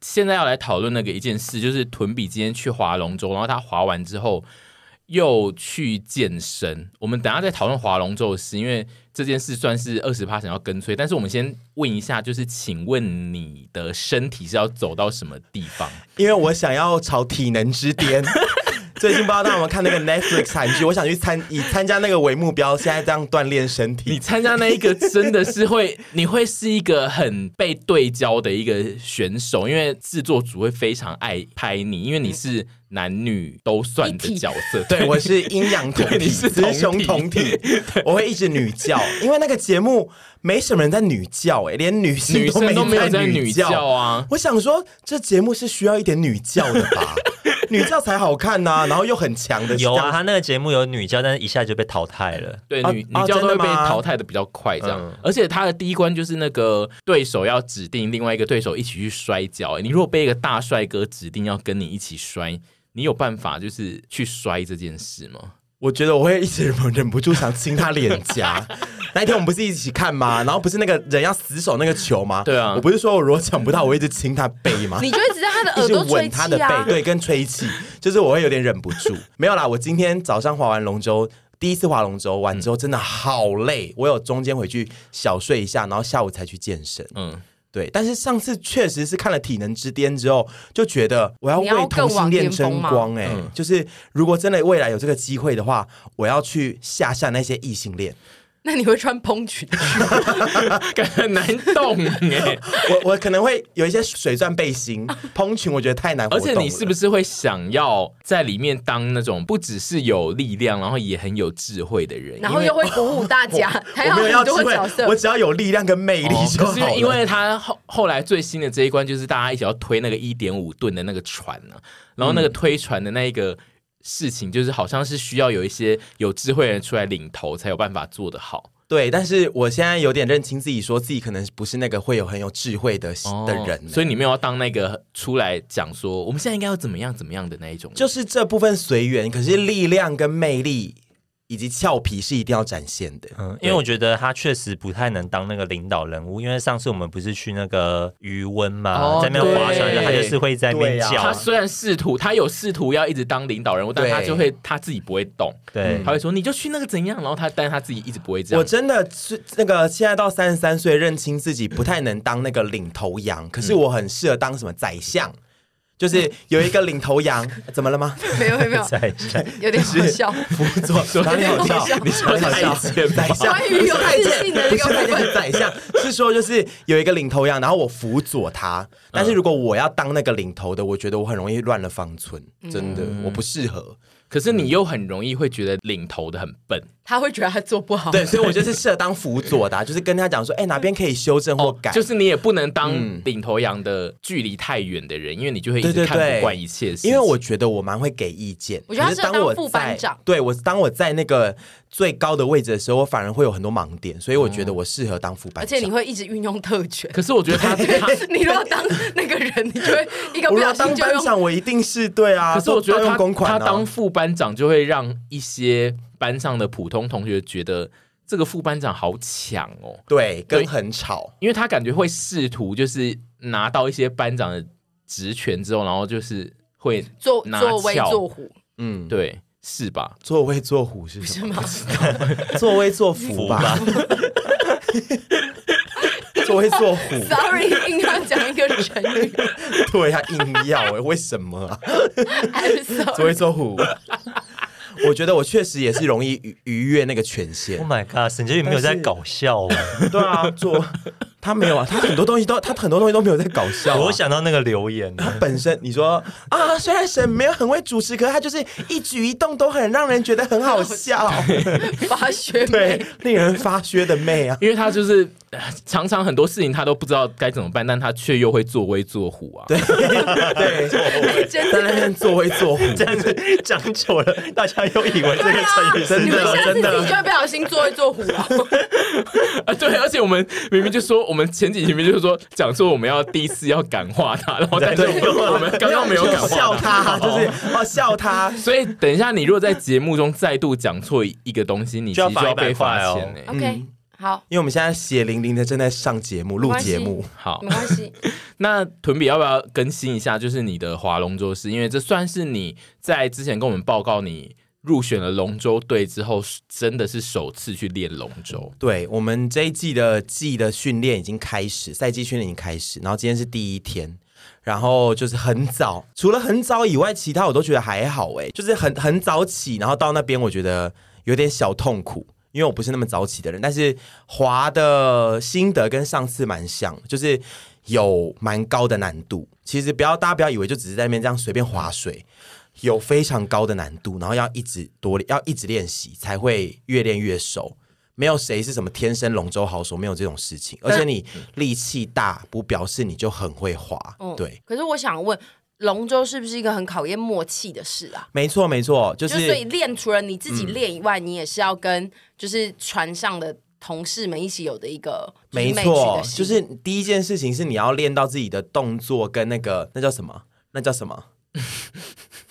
现在要来讨论那个一件事，就是屯比今天去划龙舟，然后他划完之后又去健身。我们等一下再讨论划龙舟的事，因为这件事算是二十趴想要跟催。但是我们先问一下，就是请问你的身体是要走到什么地方？因为我想要朝体能之 巅。最近不知道大家有没有看那个 Netflix 韩剧，我想去参以参加那个为目标，现在这样锻炼身你体。参加那一个真的是会， 你会是一个很被对焦的一个选手，因为制作组会非常爱拍你，因为你是男女都算的角 色。对，我是阴阳同对体， 你是同雌体雄同体，我会一直女教，因为那个节目没什么人在女教、哎，连女性女生都没有在在女教教啊，我想说，这节目是需要一点女教的 吧？女教才好看呐、然后又很强的。有啊，，他那个节目有女教，但是一下就被淘汰了。对啊女啊女教都会真被的吗淘汰的比较快，这样嗯。而且他的第一关就是那个对手要指定另外一个对手一起去摔跤，欸你如果被一个大帅哥指定要跟你一起摔，你有办法就是去摔这件事 吗？我觉得我会一直忍不住想亲她脸 颊。那一天我们不是一起看吗？然后不是那个人要死守那个球吗？对啊我不是说我如果抢不到，我会一直亲她背吗？你就一直在他的一耳直朵吹吻气她的背，啊！对，跟吹气，就是我会有点忍不住。没有啦，我今天早上划完龙舟，第一次划龙舟完嗯之后真的好累，我有中间回去小睡一下，然后下午才去健身。嗯，对，但是上次确实是看了《体能之巅》之后，就觉得我要你要为同性恋争更往光、哎、嗯就是如果真的未来有这个机会的话，我要去下下那些异性恋。那你会穿蓬裙？感觉很难动 哎。我我可能会有一些水钻背 心、蓬裙，我觉得太难活而动且了。你是不是？是会想要在里面当那种不只是有力量，然后也很有智慧的人？然后又会鼓舞大家，还有我没有要很智多慧角，色我。只要有力量跟魅力哦就可好是了。因为他后后来最新的这一关就是大家一起要推那个一点五吨的那个船呢、然嗯后那个推船的那一个事情，就是好像是需要有一些有智慧的人出来领头才有办法做得好。对，但是我现在有点认清自己，说自己可能不是那个会有很有智慧的、的人、哦哎所以你没有要当那个出来讲说我们现在应该要怎么样怎么样的那一种人。就是这部分随缘，可是力量跟魅力以及俏皮是一定要展现的。嗯，因为我觉得他确实不太能当那个领导人物，因为上次我们不是去那个余温嘛，哦在那边划船，对他就是会在那边对啊叫他，虽然试图，他有试图要一直当领导人物，但对嗯他就会他自己不会动，对他会说你就去那个怎样，然后他但是他自己一直不会这我样。真的是那个现在到三十三岁，认清自己不太能当那个领头羊，可是我很适合当什么宰相，就是有一个领头羊，怎么了吗？没有没 有没有，在在有点好笑。辅佐哪里好笑？你说哪里好太笑监？吧宰相关于有自 信的不是那个太部监分是宰相，是说就是有一个领头羊，然后我辅佐他。但是如果我要当那个领头的，我觉得我很容易乱了方寸，嗯真的，我不适合。可是你又很容易会觉得领头的很笨，他会觉得他做不哦好。对，所以我就是适合当辅佐的啊、就是跟他讲说，哎、哪边可以修正或改。哦就是你也不能当领头羊的距离太远的人，因为你就会一对直嗯对看不对惯一切事情。因为我觉得我蛮会给意见，我觉可得他是适合当我当副在班长对我，当我在那个最高的位置的时候，我反而会有很多盲点，所以我觉得我适合当副班而长。且你会一直运用特 权。可是我觉得他他。你如果当那个人，你就会一个我不如果小当心就班用。长，我一定是对啊。 可是我觉得都他用公款、啊、他当副班长就会让一些班上的普通同学觉得这个副班长好抢哦，对，对跟很吵。因为他感觉会试图就是拿到一些班长的职权之后，然后就是会作拿作威翘作虎嗯，对是吧？作威作虎是什是么？吗？ 作威作福 吧。作威作虎， Sorry，硬要讲一个成语 对他硬要哎、为什么、啊？ ，I'm 作威 sorry。作虎。我觉得我确实也是容易逾逾越那个权限 Oh。my god，沈杰宇没有在但是搞笑哦。 对啊，做 他没有啊，他很多东西都他很多东西都没有在搞笑、啊。我想到那个留言了，本身你说啊，虽然沈没有很会主持，可是他就是一举一动都很让人觉得很好笑，发学妹 对，令人发噱的妹啊。因为他就是呃常常很多事情他都不知道该怎么办，但他却又会作威作虎啊。对， 对，真在那边作威作虎，这样子讲久了，大家又以为这个成语真是你们的下次真自己的就会不小心作威作虎 了。 啊，对，而且我们明明就说，我们前几集明明就说讲说我们要第一次要感化他，然后但是对我们刚刚没有感就笑化他。 他，就是哦笑他。所以等一下，你如果在节目中再度讲错一个东西，你其就要实就罚要被100块罚哦嗯钱呢、欸嗯 OK，好，因为我们现在血淋淋的正在上节目录节目，好没，哦关系。那屯比要不要更新一下？就是你的划龙舟是因为这算是你在之前跟我们报告你入选了龙舟队之后，真的是首次去练龙舟。对我们这一季的季的训练已经开始，赛季训练已经开始，然后今天是第一天。然后就是很早，除了很早以外，其他我都觉得还好哎，就是很很早起，然后到那边我觉得有点小痛苦，因为我不是那么早起的人。但是滑的心得跟上次蛮像，就是有蛮高的难度。其实不要大家不要以为就只是在那边这样随便划水，有非常高的难度，然后要一直多要一直练习才会越练越熟。没有谁是什么天生龙舟好手，没有这种事情。而且你力气大，不表示你就很会滑。嗯，对，。可是我想问，龙舟是不是一个很考验默契的事啊？没错，没错，就嗯就是所以练，除了你自己练以外，你也是要跟就是船上的同事们一起有的一个就是没 match 错的，戏就是第一件事情是你要练到自己的动作跟那个那叫什么？那叫什么？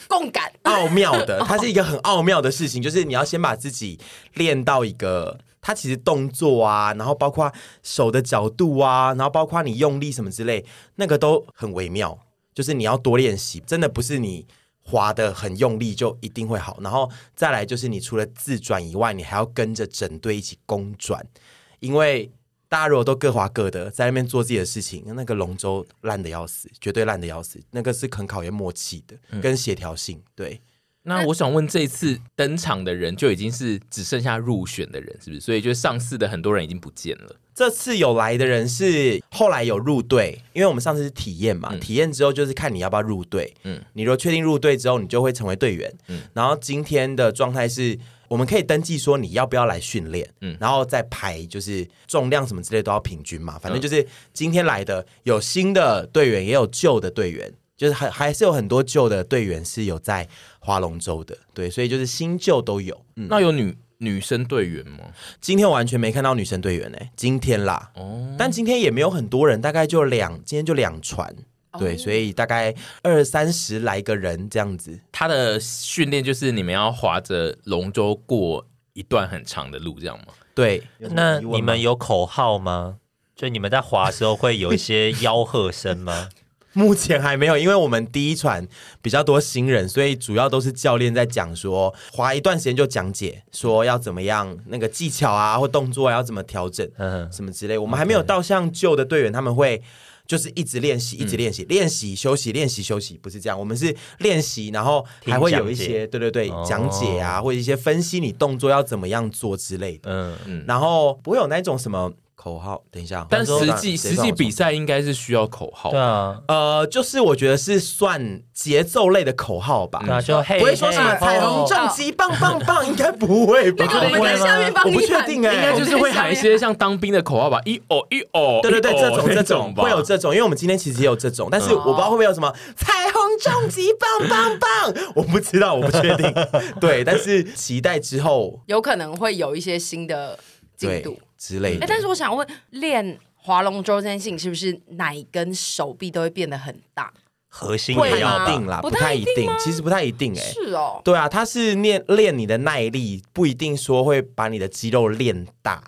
共感。奥妙的，它是一个很奥妙的事情，就是你要先把自己练到一个，它其实动作啊，然后包括手的角度啊，然后包括你用力什么之类，那个都很微妙，就是你要多练习，真的不是你。滑的很用力就一定会好，然后再来就是你除了自转以外，你还要跟着整队一起公转，因为大家如果都各划各的，在那边做自己的事情，那个龙舟烂的要死，绝对烂的要死，那个是很考验默契的，跟协调性。对，那我想问，这一次登场的人就已经是只剩下入选的人，是不是？所以就上市的很多人已经不见了。这次有来的人是后来有入队，因为我们上次是体验嘛，体验之后就是看你要不要入队。嗯嗯，你如果确定入队之后，你就会成为队员。嗯，然后今天的状态是。我们可以登记说你要不要来训练，嗯嗯，然后再排就是重量什么之类都要平均嘛。反正就是今天来的有新的队员，也有旧的队员，就是还还是有很多旧的队员是有在划龙舟的，对，所以就是新旧都有。嗯，那有女女生队员吗？今天完全没看到女生队员呢、欸今天啦，哦，但今天也没有很多人，大概就两，今天就两船，对，所以大概二三十来个人这样子。她的训练就是你们要划着龙舟过一段很长的路，这样吗？对，有那什么疑问吗你们有口号吗？就你们在滑的时候会有一些吆喝声吗？ 目前还没有，因为我们第一船比较多新人，所以主要都是教练在讲说，划一段时间就讲解说要怎么样那个技巧啊或动作啊要怎么调整，嗯，什么之类。我们还没有到像旧的队员，他们会就是一直练习，一直嗯练习，练习休息，练习休息，不是这样。我们是练习，然后还会有一些对对对哦讲解啊，或者一些分析你动作要怎么样做之类的。嗯，然后不会有那种什么口号，等一下，但我实说际谁实让际我比说赛应该是需要口号对，啊，呃，就是我觉得是算节奏类的口号吧。嗯对啊，就嘿，不会说什么嘿彩虹哦撞击棒棒棒，应该不会吧？那个我们在下面帮我你不确喊定哎，应该就是会喊一些像当兵的口号吧，一哦一哦，对对对，一哦这种这那种吧，会有这种，因为我们今天其实也有这种，但哦是我不知道会不会有什么彩虹重击棒棒棒，我不知道，我不 确定。对，但是期待之后有可能会有一些新的进对度。之类哎、的。但是我想问，练划龙舟这件事情，是不是哪一根手臂都会变得很大？核心不也会要吗太一吧？定啦，不不太太一一定定，其实不太一定哎。是哦，对啊，它是练练你的耐力，不一定说会把你的肌肉练大。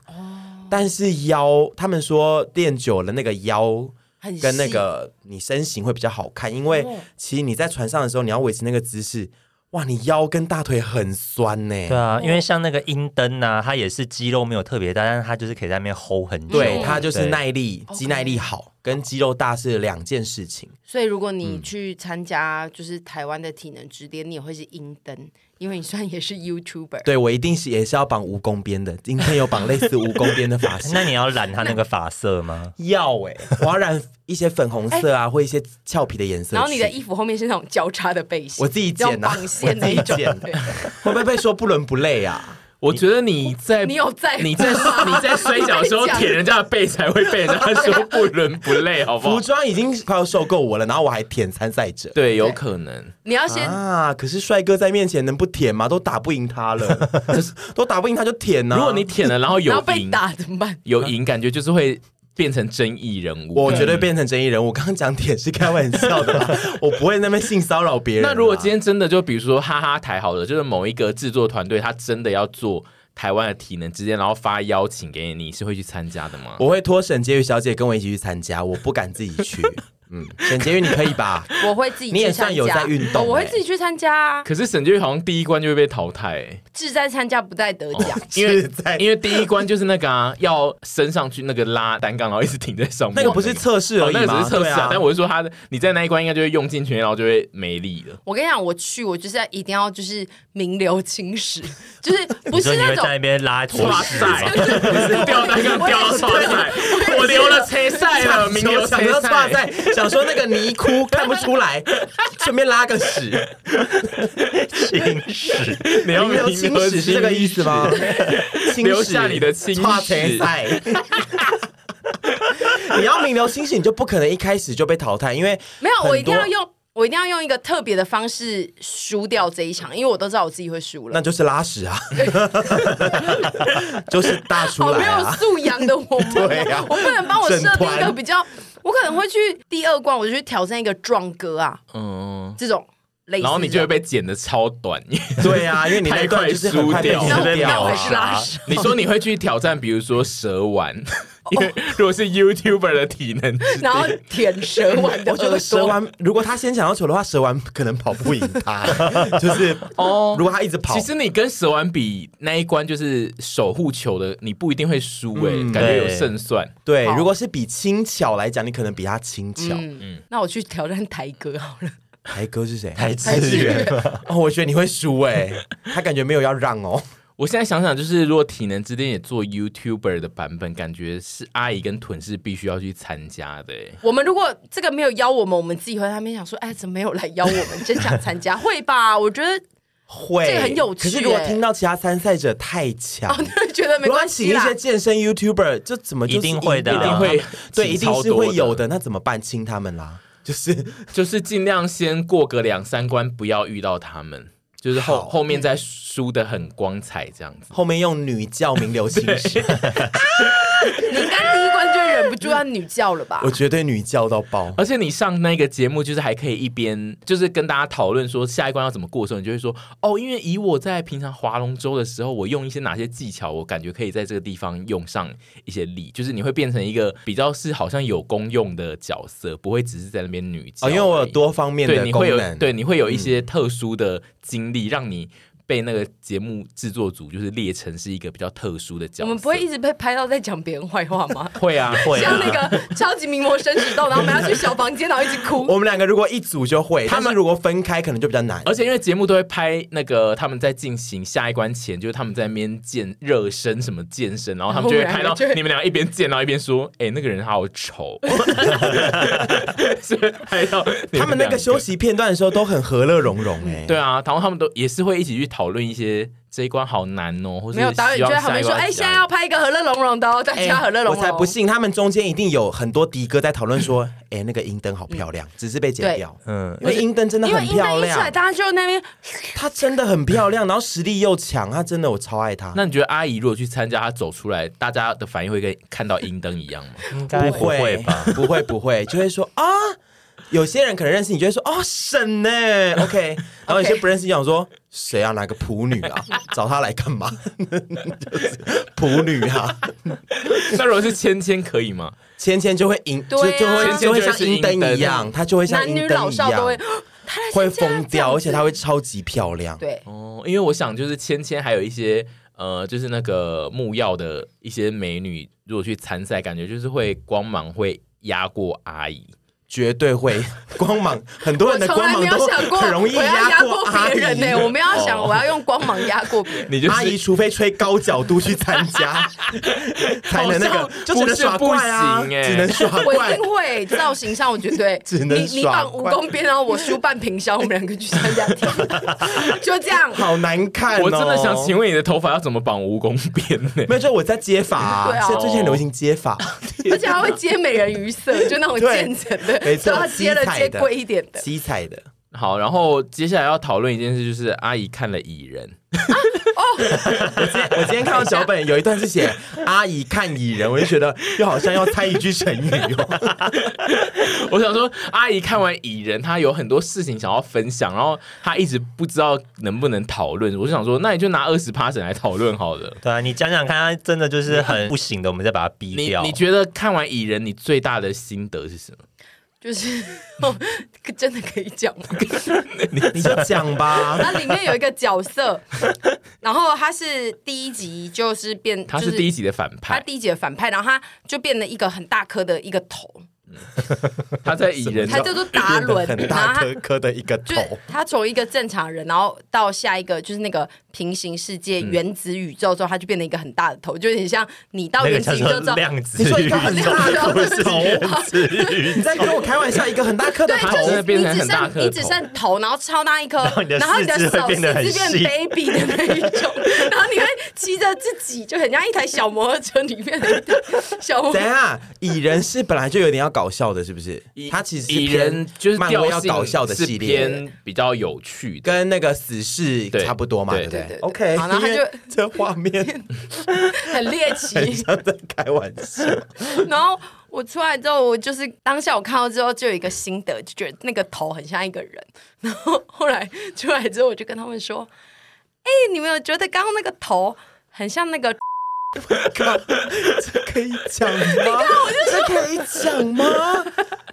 但是腰，他们说练久了那个腰很细跟那个你身形会比较好看，因为哦其实你在船上的时候，你要维持那个姿势，哇，你腰跟大腿很酸呢、对啊，因为像那个英登呐、啊，它也是肌肉没有特别大，但是它就是可以在那边 hold 很久。对，它就是对耐力、哦肌耐力好跟肌肉大是两件事情。所以如果你嗯去参加就是台湾的体能之巅，你也会是英登，因为你虽然也是 YouTuber，对我一定是也是要绑蜈蚣边的，今天有绑类似蜈蚣边的发型。 那你要染它那个发色吗？要哎、我要染一些粉红色啊，或一些俏皮的颜色去。然后你的衣服后面是那种交叉的背心，我自己剪啊这种绑线那一我自种己剪。对会不会被说不伦不类啊？我觉得你在你有 在 你在你在摔跤的时候你在讲舔人家的背才会被人家说不伦不类，好不好服？装已经快要受够我了，然后我还舔参赛者。对，有可能。你要先啊！可是帅哥在面前能不舔吗？都打不赢 他了，都打不赢他就舔呐、啊。如果你舔了，然后然后有被赢，打怎么办？有赢，感觉就是会变成争议人物。我绝对变成争议人物。我刚刚讲舔是开玩笑 的啦，我不会那边性骚扰别人啦。啊那如果今天天真的就比如说哈哈台好了，就是某一个制作团队他真的要做台湾的体能之间，然后发邀请给你，你是会去参加的吗？我会托沈婕妤小姐跟我一起去参加，我不敢自己去。嗯，沈婕妤你可以吧？我会自己你也去参算有加在运动哦我会欸自己去参加啊，可是沈婕妤好像第一关就会被淘汰、欸志在参加不在得奖。 因为是在因为第一关就是那个啊，要升上去那个拉单杠，然后一直挺在上面。那个不是测试而哦已吗？那个只是测试对啊。但我是说，他的你在那一关应该就会用尽全力，然后就会没力了。我跟你讲，我去，我就是要一定要就是名留青史，就是不你说是你会那种在那边拉拖哇鞋塞吗？吊单杠吊到超赛， 我留了车赛了，名流想车到大赛。赛，想说那个泥窟看不出来，顺便拉 个屎，青史，你要名流名青史是这个意思吗？？青 史留下你的青史跨城赛。 你要名流青史，你就不可能一开始就被淘汰，因为没有，我一定要很多，用，我一定要用一个特别的方式输掉这一场，因为我都知道我自己会输了那。就是拉屎 啊，就是大出好来哦没有啊。素养的我们 哦，对啊我不能帮我设定整一个团比较，我可能会去第二关，我就去挑战一个壮哥啊嗯，这种类似这种，然后你就会被剪的超短。对啊，因为你那段就是很快被太快然输后吃我掉但我啊还。是拉 屎，你说你会去挑战，比如说蛇丸， 因为如果是 YouTuber 的体能之然后舔蛇丸的 我觉得耳呃蛇朵。丸，如果他先抢到球的话，蛇丸可能跑不赢他，就是哦如果他一直跑，其实你跟蛇丸比那一关就是守护球的，你不一定会输哎、嗯感觉有对胜算。对，好如果是比轻巧来讲，你可能比他轻巧。嗯，那我去挑战台哥好了。台哥是谁？台台志志远远，哦，我觉得你会输哎、他感觉没有要让哦。我现在想想，就是如果体能之巅也做 YouTuber 的版本，感觉是阿姨跟屯是必须要去参加的、欸。我们如果这个没有邀我们，我们自己会在那边想说，哎，怎么没有来邀我们？真想参加，会吧？我觉得哦会，这个很有趣可是如果欸听到其他参赛者太强，哦， 那觉得没如果他关请系一啦些。健身 YouTuber，就怎么就是一定会的一啦定会对，请一定超是会多有的的。那怎么办？亲他们啦，就是就是尽量先过个两三关，不要遇到他们，就是后好后面再输的很光彩这样子。后面用女教名流青史，你应该第一关就忍不住要女叫了吧？我绝对女教到爆。而且你上那个节目，就是还可以一边就是跟大家讨论说下一关要怎么过的时候，你就会说哦，因为以我在平常划龙舟的时候，我用一些哪些技巧，我感觉可以在这个地方用上一些力，就是你会变成一个比较是好像有功用的角色，不会只是在那边女教哦，而已。因为我有多方面对的你功会有能，对你会有一些特殊的经历，让你被那个节目制作组就是列成是一个比较特殊的角色。我们不会一直被拍到在讲别人坏话吗？会啊会像那个超级名模生死斗，然后我们要去小房间，然后一直哭。我们两个如果一组就会，他他们们如果分开可能就比较难。而且因为节目都会拍那个他们在进行下一关前，就是他们在那边健热身什么健身，然后他们就会然后拍到就会你们俩一边健，然后一边说：“哎、那个人好丑。” 所以拍到你他们那两个休息片段的时候都很和乐融融哎、对啊，然后他们都也是会一起去讨论一些这一关好难哦，或是没有导希演就望在旁边下一说：“关哎，怎现在样要拍一个和乐融融的哦，大哎家和乐融我融。”才不！信，他们中间一定有很多迪哥在讨 论说，哎、那个英灯好漂亮，只是被剪掉。嗯，因为英灯真的因为很英漂灯一出来，亮，大家就那边她真的很漂亮，然后实力又强，她真的我超爱她。那你觉得阿姨如果去参加，她走出来，大家的反应会跟看到英灯一样 吗？应该不会吧？吧？不会不会，就会说啊，有些人可能认识你，就会说哦沈呢、o k 然后有些不认识，就想说谁啊，哪个普女啊，找她来干嘛？ 就是普女啊，那如果是芊芊可以吗？芊芊就会赢，就对啊就会就会芊芊像英就会是英灯灯一样，她就会像男英女灯老一少都会哦样，，他来会疯参加这样掉，而且子她会超级漂亮。对哦，因为我想就是芊芊还有一些呃，就是那个木曜的一些美女，如果去参赛，感觉就是会光芒会压过阿姨。绝对会 光芒，很多我人的从光来没芒有都想过很容易我要压过阿啊别姨。人呢、我们要想哦我要用光芒压过别人。你就是阿姨，除非吹高角度去 参加，才能那好个，像就只能耍怪啊，不是不行欸只能耍我一怪定。会造型上，我绝对 只能你你耍绑蜈怪蚣边，然后我梳半瓶香，我们两个去参加体 育，就这样。好难看、哦！我真的想请，问你的头发要怎么绑蜈蚣边呢？ 没有，就我在接法、 对啊哦现在最近很流行接法， 而且还会接美人鱼色，就那 种对渐层的，没错然后接了七彩接的贵一点的。 七彩的。好，然后接下来要讨论一件事，就是阿姨看了蚁人， 哦，我今天看到脚本有一段是写 “阿姨看蚁人”，我就觉得又好像要猜一句成语 哦。我想说，阿姨看完蚁人，她有很多事情想要分享，然后她一直不知道能不能讨论。我就想说，那你就拿二十 p a 来讨论好了。对啊，你讲讲看，他真的就是很不行的，我们再把它逼你掉。你觉得看完蚁人，你最大的心得是什么？就是 真的可以 讲吗？你你就讲吧。它里面有一个角色， 然后他是第一集就是变，他就是第一集的反他派，第一集的反派，然后他就变得一个很大颗的一个头，他在蚁人他叫做达伦，很然后大他颗颗的一个啊就头是，他从一个正常人，然后到下一个就是那个平行世界嗯原子宇宙之后，他就变成一个很大的头，就有点像你到那个原叫子宇宙之做后，量子你说宇一个很宙，大 不颗是的头，原子 宇你在跟我开玩笑？一个很大颗的他头，真的变成你只很大剩颗的你只头剩头，然后超大一颗，后你的然后你的四肢手会变得很四细肢变 baby 的那一种，然后你会骑着自己，就很像一台小摩托车里面的一台小 摩托等一。下，蚁人是本来就有点要搞笑的，是不是？他其实是蚁偏人就是漫调威性要搞笑的是系列，偏比较有趣的。跟那个死侍对差不多嘛，对对不对对对对 o k 好然后他就这画 面很猎奇。很像在开玩笑，然后我出来之后，我就是当下我看到之后就有一个心得，就觉得那个头很像一个人。然后后来出来之后，我就跟他们说：“哎、你们有觉得刚刚那个头很像那个靠 这可以讲吗？这可以讲吗？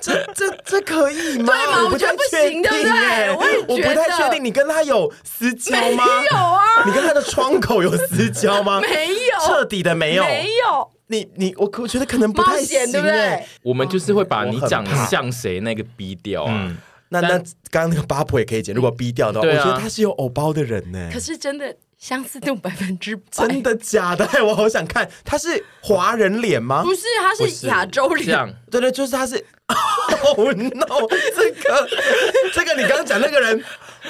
这这这可以吗？对嘛我我觉得太不确行对不定对耶我也我不觉太得确定，你跟他有私交吗？有啊？你跟他的窗口有私交吗？没彻有，底的没有。 没有啊你你我我觉得可能不冒太行欸险，对不对耶？我们就是会把你我很讲怕像谁那个逼掉啊。嗯，那那但刚刚那个八婆也可以剪，如果逼掉的话，对我啊觉得他是有偶包的人呢可。是真的相 似度百分之百，真的假的？ 哎我好想看，他是华人脸吗不？是，他是亚洲这脸。样，对对，就是他 是。Oh no！这个这个你刚刚讲那个人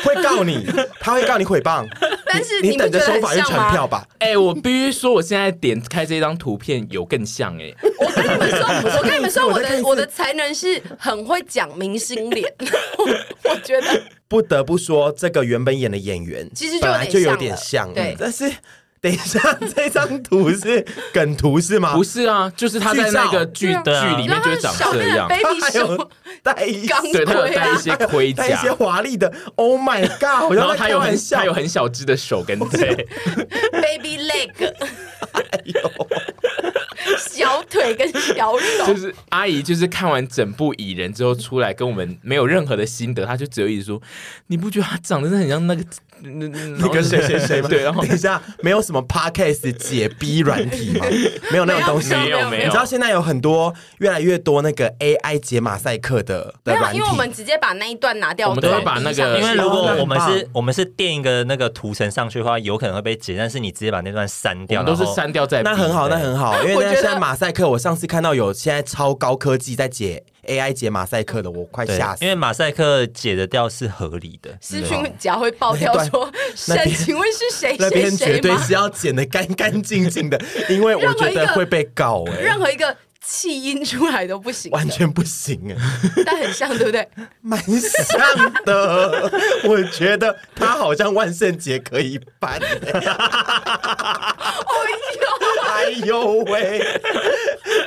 会告你，他会告你诽谤，但是你你你们等着觉得收很法院像吗传票吧。 哎、我必须说，我现在点开这张图片有更像哎、我跟 你们说，我跟你们说，我我再看一的次我的才能是很会讲明星脸， 我我觉得。不得不说，这个原本演的演员其实就有点本来就有点像像，了对嗯但是等一下， 这张图是梗图是吗？不是啊，就是他在那个剧啊剧剧照里面就会长这样，然 后他他小有便的 baby 手带一钢对他有 盔带一啊，些盔带一甲，些华丽的，Oh my God！我然后在他开有玩很笑，他有很小只的手跟腿， baby leg 哎呦，小腿跟小手就，是阿姨就是看完整部《蚁人》之后出来跟我们没有任何的心得，她就只有一直说，你不觉得他长得真的很像那个那那个谁谁谁吗？对，然后等一下，没有什么 podcast 解逼软体 吗？没有那种东西。没有没有你知道现在有很多越来越多那个 AI 解马赛克的的没有软啊，体，因为我们直接把那一段拿掉，我们都会转把那个移因上为去如果哦我们那很是我们是垫一个那个图层上去的话，有可能会被截，但是你直接把那段删我掉，们都是然后删掉再那比很好，对那很好，因为我那觉得现在马赛克，我上次看到有现在超高科技在解 AI 解马赛克的，我快对吓，死因。为马赛克解得掉是合理的。私讯夹会爆掉说，那神边，请问是谁那谁边绝谁对吗？是要剪得干干净净 的，因为我觉任何一得个会被告哎、任何一个气音出来都不行的，完全不行哎、但很像，对不对？ 蛮像的。 我觉得他好像万圣节可以办、欸。 啊哎呦喂！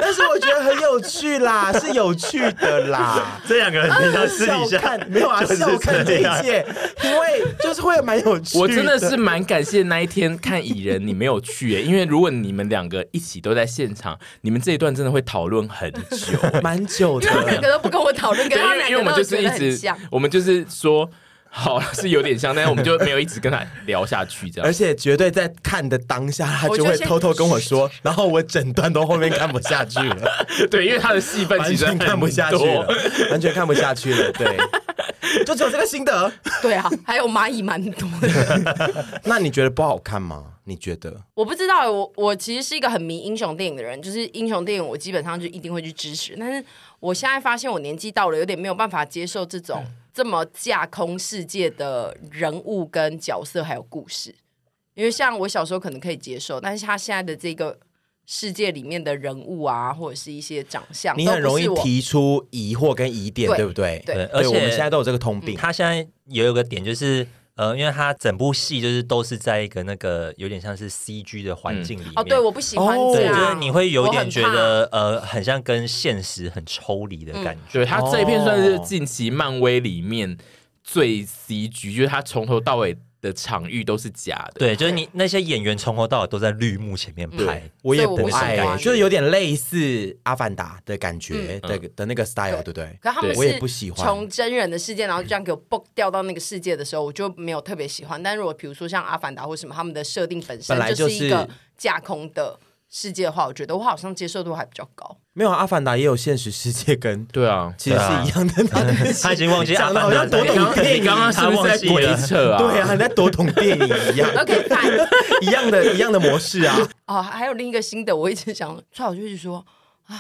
但是我觉得很有趣 啦，是有趣的啦。 这两个人平常私底笑下看没有啊，就是笑看这这一样切，因为就是会蛮有趣。我真的是蛮感谢那一天看《蚁人》，你没有去耶，因为如果你们两个一起都在现场，你们这一段真的会讨论很 久。蛮久因为他们两的。个都不跟我讨论，跟对，因他们为因为我们两个都就是觉一得很直像。，我们就是说好是有点像，但是我们就没有一直跟他聊下去这而样。且绝对在看的当下，他我就就会先偷偷跟我说，然后我整段都后面看不下去了，对，因为他的戏份完其实全很看不下去多了，完全看不下去了。对， 就只有这个心得。对啊，还有蚂蚁蛮多的。那你觉得不好看吗？你觉得？我不知道欸，我我其实是一个很迷英雄电影的人，就是英雄电影我基本上就一定会去支持。但是我现在发现我年纪到了，有点没有办法接受这种这么架空世界的人物跟角色还有故事，因为像我小时候可能可以接受，但是他现在的这个世界里面的人物啊，或者是一些长相，你很容易啊都不是我提出疑惑跟疑点，对对不对？对嗯而且我们现在都有这个通病。他现在也有个点，就是呃，因为它整部戏就是都是在一个那个有点像是 CG 的环境里面。哦，对，我不喜欢哦这对，样，就是你会有一点觉我很得呃，很像跟现实很抽离的感觉。对他这一片哦算是近期漫威里面最 CG，就是他从头到尾的场域都是假的。对，就是你那些演员从头到尾都在绿幕前面对拍。我也所以我不喜欢爱、就是有点类似《阿凡达》的感觉嗯的、的那个 style，对不对？怕。可他们对是我也不喜欢从真人的世界，然后就这样给我 book 掉到那个世界的时候，我就没有特别喜欢。但如果比如说像《阿凡达》或什么，他们的设定本身本来就是一个架空的世界的话，我觉得我好像接受度还比较高。没有，啊《阿凡达》也有现实世界跟对啊，其实是一样 的。 啊他已经忘记讲啊阿得凡好达像在多你刚懂电影，你刚刚是不是在鬼扯啊？对啊，你在多懂电影一 样， OK，看一样的一样的模式 啊。哦，还有另一个新的，我一直想，蔡我就是说啊，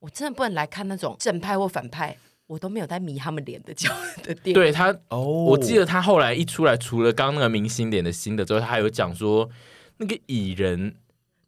我真的不能来看那种正派或反派，我都没有在迷他们脸的角的电影。对他，哦，我记得他后来一出来，除了刚刚那个明星脸的新的之后，他还有讲说那个蚁人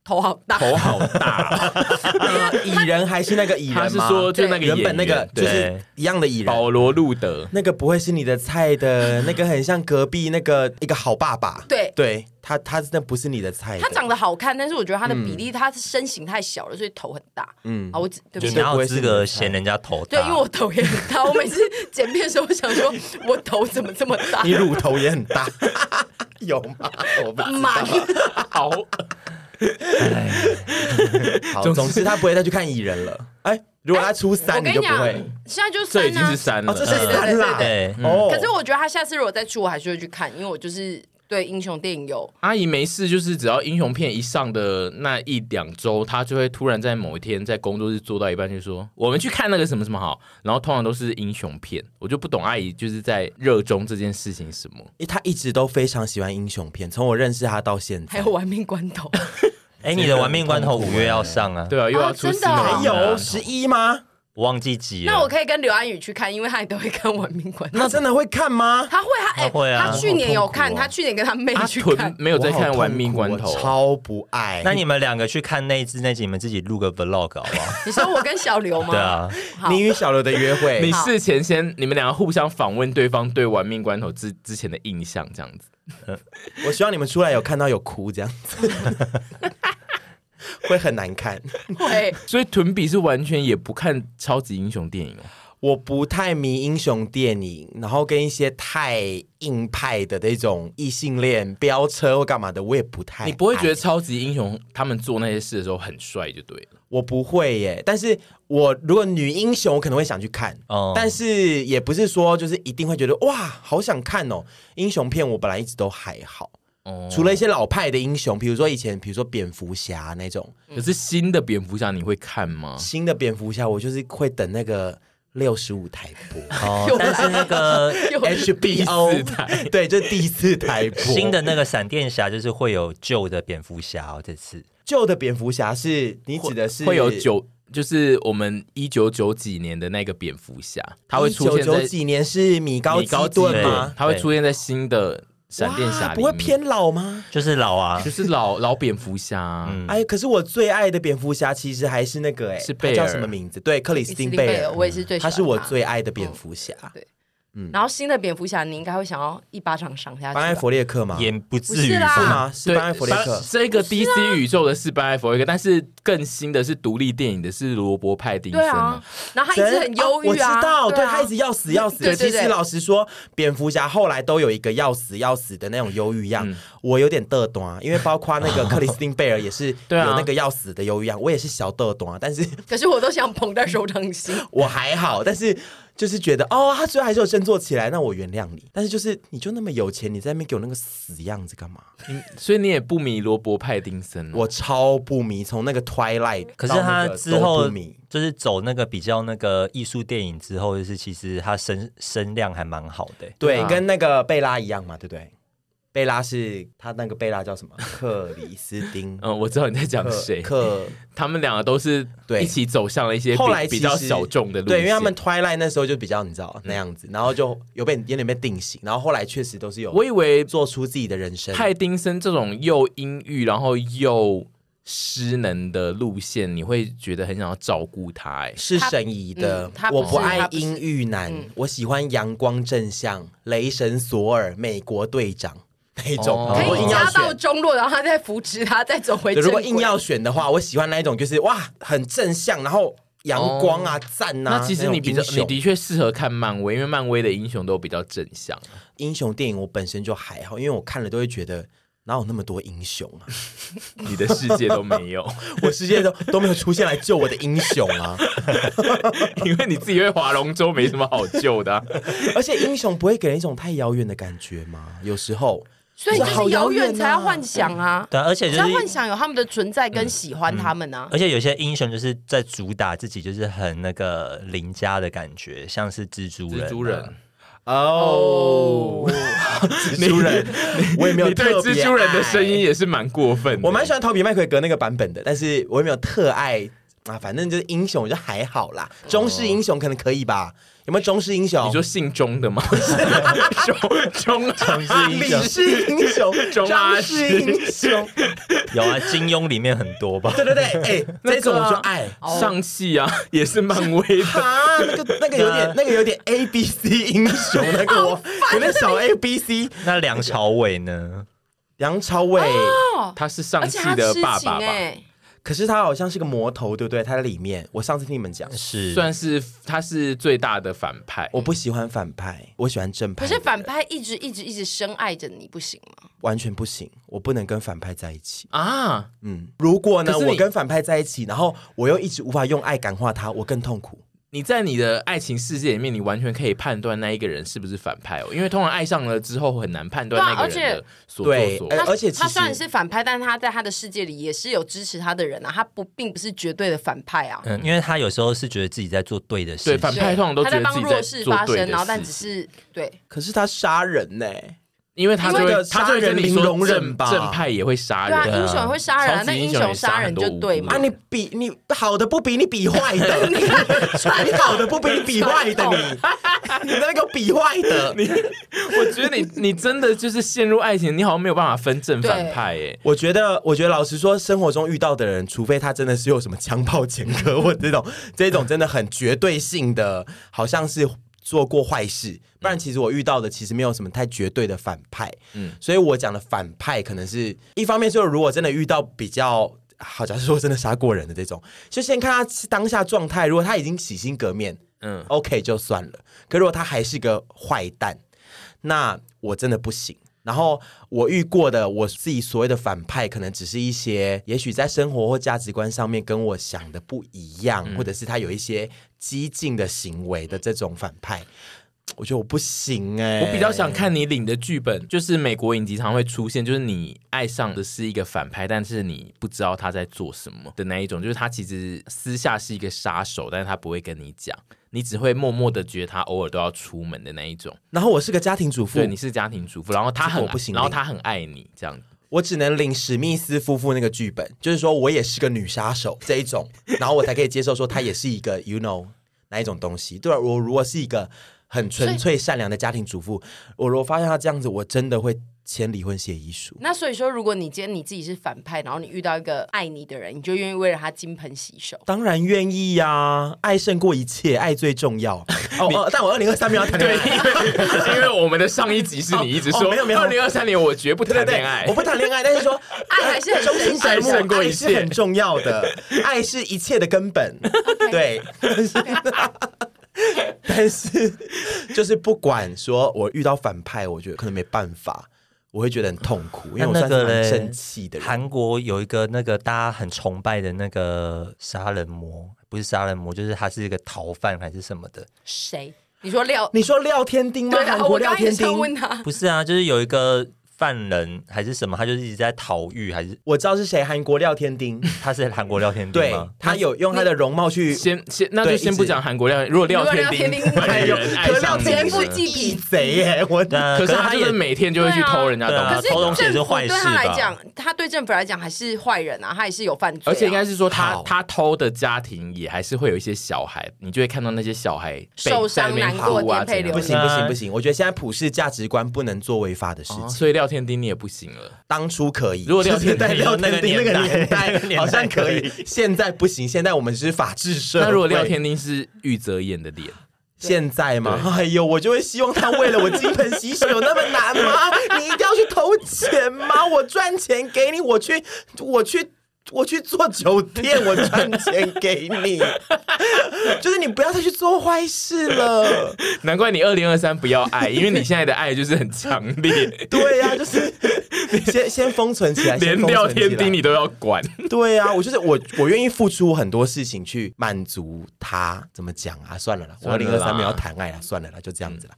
头好大，头好大， 蚁人还是那个蚁人吗他是说就那个原本那个演员就对是一样的蚁人，保罗路德。那个不会是你的菜的，那个很像隔壁那个一个好爸爸。对对他他那不是你的菜的。他长得好看，但是我觉得他的比例，他身形太小了，所以头很大。嗯嗯，啊，我只对就不起你对。哪有资格嫌人家头大？对，因为我头也很大，我每次剪片的时候，我想说，我头怎么这么 大你？乳头也很大，有吗？我不知妈道。呀！好，好，总之总之他不会再去看蚁人了。哎，如果他出我三，跟你你就不讲会。，现在就这已三经啊是。三了哦，。这是三啦。对对对哦，可是我觉得他下次如果再出，我还是会去看，因为我就是对英雄电影有阿姨没事，就是只要英雄片一上的那一两周，她就会突然在某一天在工作日做到一半，就说我们去看那个什么什么好，然后通常都是英雄片，我就不懂阿姨就是在热衷这件事情什么。因为他一直都非常喜欢英雄片，从我认识他到现在。还有玩命关 头，哎，你的玩命关头五月要上啊，对啊，又要哦出真新啊的哦还有十一吗？我忘记几了。那我可以跟刘安宇去看，因为他也都会看《玩命关头》。那真的会看吗？他会，他他哎，会啊他去年有我好看，痛苦哦他去年跟他妹阿去屯看。没有在我好看痛《苦玩命关头我》，超不爱。哎那你们两个去看那一只那集，你们自己录个 vlog 好不好？你说我跟小刘吗？ 对啊，好，你与小刘的约会， 你事前先你们两个互相访问对方对《玩命关头之》之前的印象，这样子。我希望你们出来有看到有哭这样子， 会很难看。会所以屯比是完全也不看超级英雄电影哦。我不太迷英雄电影，然后跟一些太硬派的那种异性恋飙车或干嘛的，我也不太爱。你不会觉得超级英雄他们做那些事的时候很帅就对了。我不会耶，但是我如果女英雄，我可能会想去看，哦但是也不是说就是一定会觉得哇，好想看哦。英雄片我本来一直都还好，哦除了一些老派的英雄，比如说以前，比如说蝙蝠侠那种可是新的蝙蝠侠你会看吗？新的蝙蝠侠，我就是会等那个六十五台 播 哦，但是那个又 HBO 第四台，对，就第四台播 新的那个闪电侠就是会有旧的蝙蝠侠哦，这次旧的蝙蝠侠是你指的是会有九，就是我们一九九几年的那个蝙蝠侠，他会出现在九几年是米高米高基顿顿吗？他会出现在新的闪电侠哇里面不会偏老吗？就是老啊就，是老老蝙蝠侠。嗯，哎，可是我最爱的蝙蝠侠其实还是那个哎，是他贝尔叫什么名字？对，克里斯斯汀汀贝贝尔嗯尔，，我也是最喜他欢嗯是我最爱的蝙蝠侠。然后新的蝙蝠侠，你应该会想要一巴掌赏下去吧。班艾佛列克吗？也不至不于是啦是吧？吗？是班艾佛列克啊班。这个 DC 宇宙的是班艾弗雷克，但是更新的是独立电影的是罗伯派丁森对啊啊，，然后他一直很忧郁啊，我知道，对啊他一直要死要死。对对其对实老实说，蝙蝠侠后来都有一个要死要死的那种忧郁嗯样，我有点嘚嘚啊，因为包括那个克里斯汀贝尔也 是有对啊那个要死的忧郁样，我也是小嘚嘚啊，但是可是我都想捧在手掌心。我还好，但是就是觉得哦，他最后还是有振作起来，那我原谅你。但是就是你就那么有钱，你在那边给我那个死样子干嘛？嗯所以你也不迷罗伯派丁嗯森哦。我超不迷，从那个 Twilight，可是到那他个之都后不迷。就是走那个比较那个艺术电影之后，就是其实他声声量还蛮好的、对，对啊。跟那个贝拉一样嘛，对不对？贝拉是他那个贝拉叫什么？克里斯 汀嗯，我知道你在讲克谁，克他们两个都是对一起走向了一些比后来其比实较小众的路线，对，因为他们 Twilight 那时候就比较你知道那样子，然后就有被有点被定型，然后后来确实都是有我以为做出自己的人生。派丁森这种又阴郁，然后又失能的路线，你会觉得很想要照顾他、哎，是沈怡的嗯。他不我是不爱他不是阴郁男，嗯我喜欢阳光正向、雷神索尔、美国队长那一种。哦可我以硬要加到选。中落，然后他再扶持他，再走回对，正如轨。果硬要选的话，我喜欢那一种，就是哇，很正向，然后阳光啊、赞啊。哦那其实种你比较英，雄你的确适合看漫威，因为漫威的英雄都比较正向。英雄电影，我本身就还好，因为我看了都会觉得哪有那么多英雄啊， 你的世界都没有，我世界都都没有出现来救我的英雄 啊，因为你自己会划龙舟，没什么好救 的啊、而且英雄不会给人一种太遥远的感觉吗？有时候所以就是遥远才要幻想啊，对啊，而且才就要是嗯幻想有他们的存在跟喜欢他们啊。而且有些英雄就是在主打自己，就是很那个邻家的感觉，像是蜘蛛人啊、蜘蛛人，哦， 蜘蛛人，我也没有你对特别蜘蛛人的声音爱。也是蛮过分的。我蛮喜欢陶比麦奎格那个版本的，但是我也没有特爱啊，反正就是英雄我就还好啦，中式英雄可能可以吧？有没有中式英雄？你说姓钟 的吗？钟钟钟是啊李氏英雄中，阿张诗氏英雄，有啊，金庸里面很 多吧？对对对，哎、那个啊这种我就爱。上戏啊，也是漫威的。啊，那个那个有点，那个有点 A B C 英雄，那个我有点小 A B C。那梁朝伟呢？梁朝伟，哦他是上而戏且他的痴爸情爸欸吧？哎，可是他好像是个魔头，对不对？他在里面，我上次听你们讲，是算是他是最大的反派。我不喜欢反派，我喜欢正派。可是反派一直一直一直深爱着你，不行吗？完全不行，我不能跟反派在一起。啊，嗯，如果呢，可是你我跟反派在一起，然后我又一直无法用爱感化他，我更痛苦。你在你的爱情世界里面，你完全可以判断那一个人是不是反派哦，因为通常爱上了之后很难判断对啊那个人而的所作所对为哎。他而且其实他虽然是反派，但是他在他的世界里也是有支持他的人啊，他不并不是绝对的反派啊。嗯因为他有时候是觉得自己在做对的事对，情，反派通常都他觉在得自帮己弱势做发对声，然后的但只事情，是对，可是他杀人呢、因为他就因为会的他就会跟你杀人零说容忍正吧正派也会杀对啊，人，英雄也会杀人啊超，级那英英雄也雄杀杀人很就多无对辜嘛啊，。你比你好的不比你比坏的， 你好的不比你比坏的， 你你那个比坏的，我觉得你 你真的就是陷入爱情，你好像没有办法分正反派哎。我觉得，我觉得老实说，生活中遇到的人，除非他真的是有什么枪炮前科或者这种 这种真的很绝对性的，好像是做过坏事，不然其实我遇到的其实没有什么太绝对的反派。嗯嗯，所以我讲的反派可能是一方面，就是如果真的遇到比较。好，假设说真的杀过人的这种，就先看他当下状态。如果他已经洗心革面，嗯， OK 就算了。可如果他还是个坏蛋，那我真的不行。然后我遇过的我自己所谓的反派，可能只是一些，也许在生活或价值观上面跟我想的不一样，或者是他有一些激进的行为的这种反派，我觉得我不行哎、我比较想看你领的剧本，就是美国影集常会出现，就是你爱上的是一个反派，但是你不知道他在做什么的那一种，就是他其实私下是一个杀手，但是他不会跟你讲，你只会默默的觉得他偶尔都要出门的那一种。然后我是个家庭主妇对，，你是家庭主妇，然后他这个很我不行然后领他 很爱你这样子。我只能领史密斯夫妇那个剧本，就是说我也是个女杀手这一种，然后我才可以接受说她也是一个 you know 哪一种东西。对啊，我如果是一个很纯粹善良的家庭主妇，我如果发现她这样子，我真的会签离婚协议书。那所以说，如果你今天你自己是反派，然后你遇到一个爱你的人，你就愿意为了他金盆洗手。当然愿意呀、爱胜过一切，爱最重要。 哦，哦但我二零二三没有要谈恋对，爱。因为因为我们的上一集是你一直哦说，哦没有没有二零二三年我绝不对谈对恋对爱，我。不谈恋爱，但是说 爱还是 很终身神圣啊爱爱胜过一是切很重要的，爱是一切的根本。对，但是就是不管说我遇到反派，我觉得可能没办法，我会觉得很痛苦，因为我那算那是个蛮嘞生气的人。韩国有一个那个大家很崇拜的那个杀人魔，不是杀人魔，就是他是一个逃犯还是什么的？谁？你 说廖？你说廖天丁吗？对韩啊，国我廖刚刚也天是要问丁，他。不是啊，就是有一个犯人还是什么，他就是一直在逃狱，还是我知道是谁，韩国廖天丁，他是韩国聊天对对吗？他有用他的容貌去先先，那对就一先直不讲韩国料理。如果廖如果天廖天丁丁本人爱可廖上你天天丁赋了，既义平。贼耶！我的那可是他也就是每天就会去偷人家对啊东可西，是偷东西也是政府坏对事他来吧讲，他对政府来讲还是坏人啊，他也是有犯罪而啊、且应该是说他好他偷的家庭也还是会有一些小孩，你就会看到那些小孩被受伤在那边难过哭啊，颠沛怎样流不行离不行不行！我觉得现在普世价值观不能做违法的事情哦。所以廖天钉你也不行了。当初可以，如果廖天代丁廖天丁那个那个年年代 代好像可那个年代以，现在不行。现在我们是法治社会。那如果廖天丁是玉泽演的脸，现在嘛，哎呦，我就会希望他为了我金盆洗手有那么难 吗？你一定要去投钱吗？我赚钱给你，我去，我去。我去做酒 店，我赚钱给你，就是你不要再去做坏事了。难怪你二零二三不要爱，因为你现在的爱就是很强 烈，对呀、就是 先先封存起来，连先封廖存起天来丁你都要管。 对啊，我就是我，我愿意付出很多事情去满足他。怎么讲啊？算了啦，我二算零了二啦三没有要谈爱啦，算了啦，就这样子啦。